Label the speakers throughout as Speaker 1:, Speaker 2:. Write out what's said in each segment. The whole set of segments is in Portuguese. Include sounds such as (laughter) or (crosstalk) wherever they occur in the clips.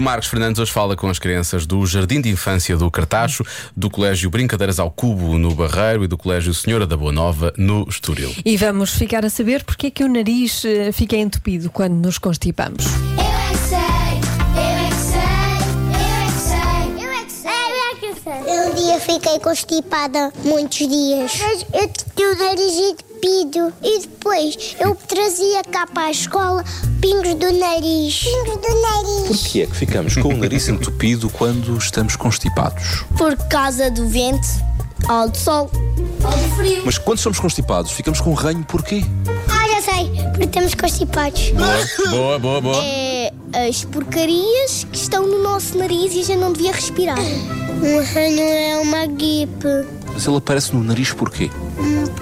Speaker 1: Marcos Fernandes hoje fala com as crianças do Jardim de Infância do Cartacho, do Colégio Brincadeiras ao Cubo no Barreiro e do Colégio Senhora da Boa Nova no Estoril.
Speaker 2: E vamos ficar a saber porque é que o nariz eh, fica entupido quando nos constipamos.
Speaker 3: Eu é que sei, eu é que sei, eu é que sei, eu é que sei, eu é que sei.
Speaker 4: Eu um dia fiquei constipada, muitos dias. Mas eu tinha o nariz entupido e depois eu trazia cá para a escola pingos do nariz. Pingos do nariz.
Speaker 5: Porquê é que ficamos com o nariz entupido quando estamos constipados?
Speaker 4: Por causa do vento, ao do sol.
Speaker 3: Ou de frio.
Speaker 5: Mas quando somos constipados, ficamos com ranho porquê?
Speaker 4: Ah, já sei, porque estamos constipados.
Speaker 1: Boa, boa, boa.
Speaker 4: É as porcarias que estão no nosso nariz e a gente não devia respirar. Um ranho é uma gripe.
Speaker 5: Mas ele aparece no nariz porquê?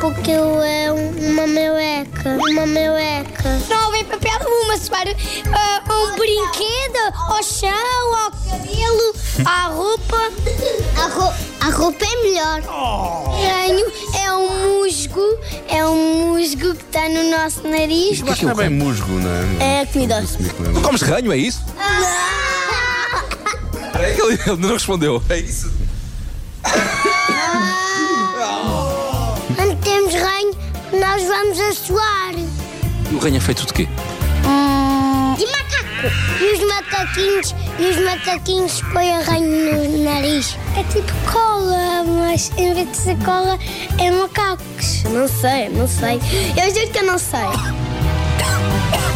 Speaker 4: Porque eu é uma meleca. Uma meleca.
Speaker 3: Não vem papel nenhum, soar um brinquedo ao chão, ao cabelo, à roupa.
Speaker 4: A, ro a roupa é melhor.
Speaker 3: Oh.
Speaker 4: Ranho é um musgo. É um musgo que está no nosso nariz.
Speaker 1: Mas está bem musgo, não é?
Speaker 4: É comida.
Speaker 5: Tu comes ranho, é isso?
Speaker 4: Ah!
Speaker 5: É que ele, ele não respondeu. É isso?
Speaker 4: Quando temos ranho, nós vamos a suar.
Speaker 5: E o ranho é feito de quê?
Speaker 4: De macaco. E os macaquinhos, e os macaquinhos põem ranho no nariz. É tipo cola, mas em vez de ser cola, é macacos. Não sei, não sei. Eu juro que eu não sei.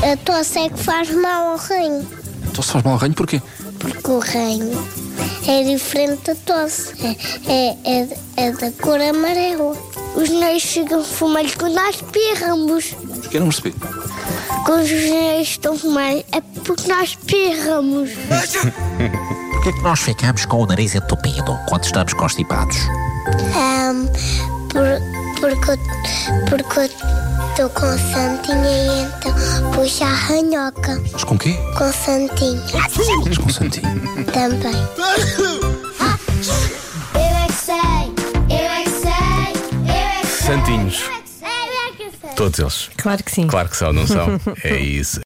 Speaker 4: Eu estou a sei que faz mal ao ranho.
Speaker 5: Então se faz mal ao ranho porquê?
Speaker 4: Porque o ranho é diferente da tosse. É, é, é, é da cor amarela. Os nós ficam vermelhos quando nós pirramos.
Speaker 5: Porque eu não percebi.
Speaker 4: Quando os nós estão vermelhos é porque nós pirramos.
Speaker 6: Porquê é que nós ficamos com o nariz entupido quando estamos constipados?
Speaker 4: Ahm, por- porque eu- porque eu estou com santinha e então puxa a ranhoca.
Speaker 5: Mas com quê?
Speaker 4: Com santinha
Speaker 5: Mas com santinho.
Speaker 4: também.
Speaker 3: Eu é que sei, eu é que sei, eu é que sei.
Speaker 1: Santinhos.
Speaker 3: Eu é que sei, eu é que sei.
Speaker 1: Todos eles.
Speaker 2: Claro que sim.
Speaker 3: (laughs)
Speaker 1: Claro que são, não são? É isso.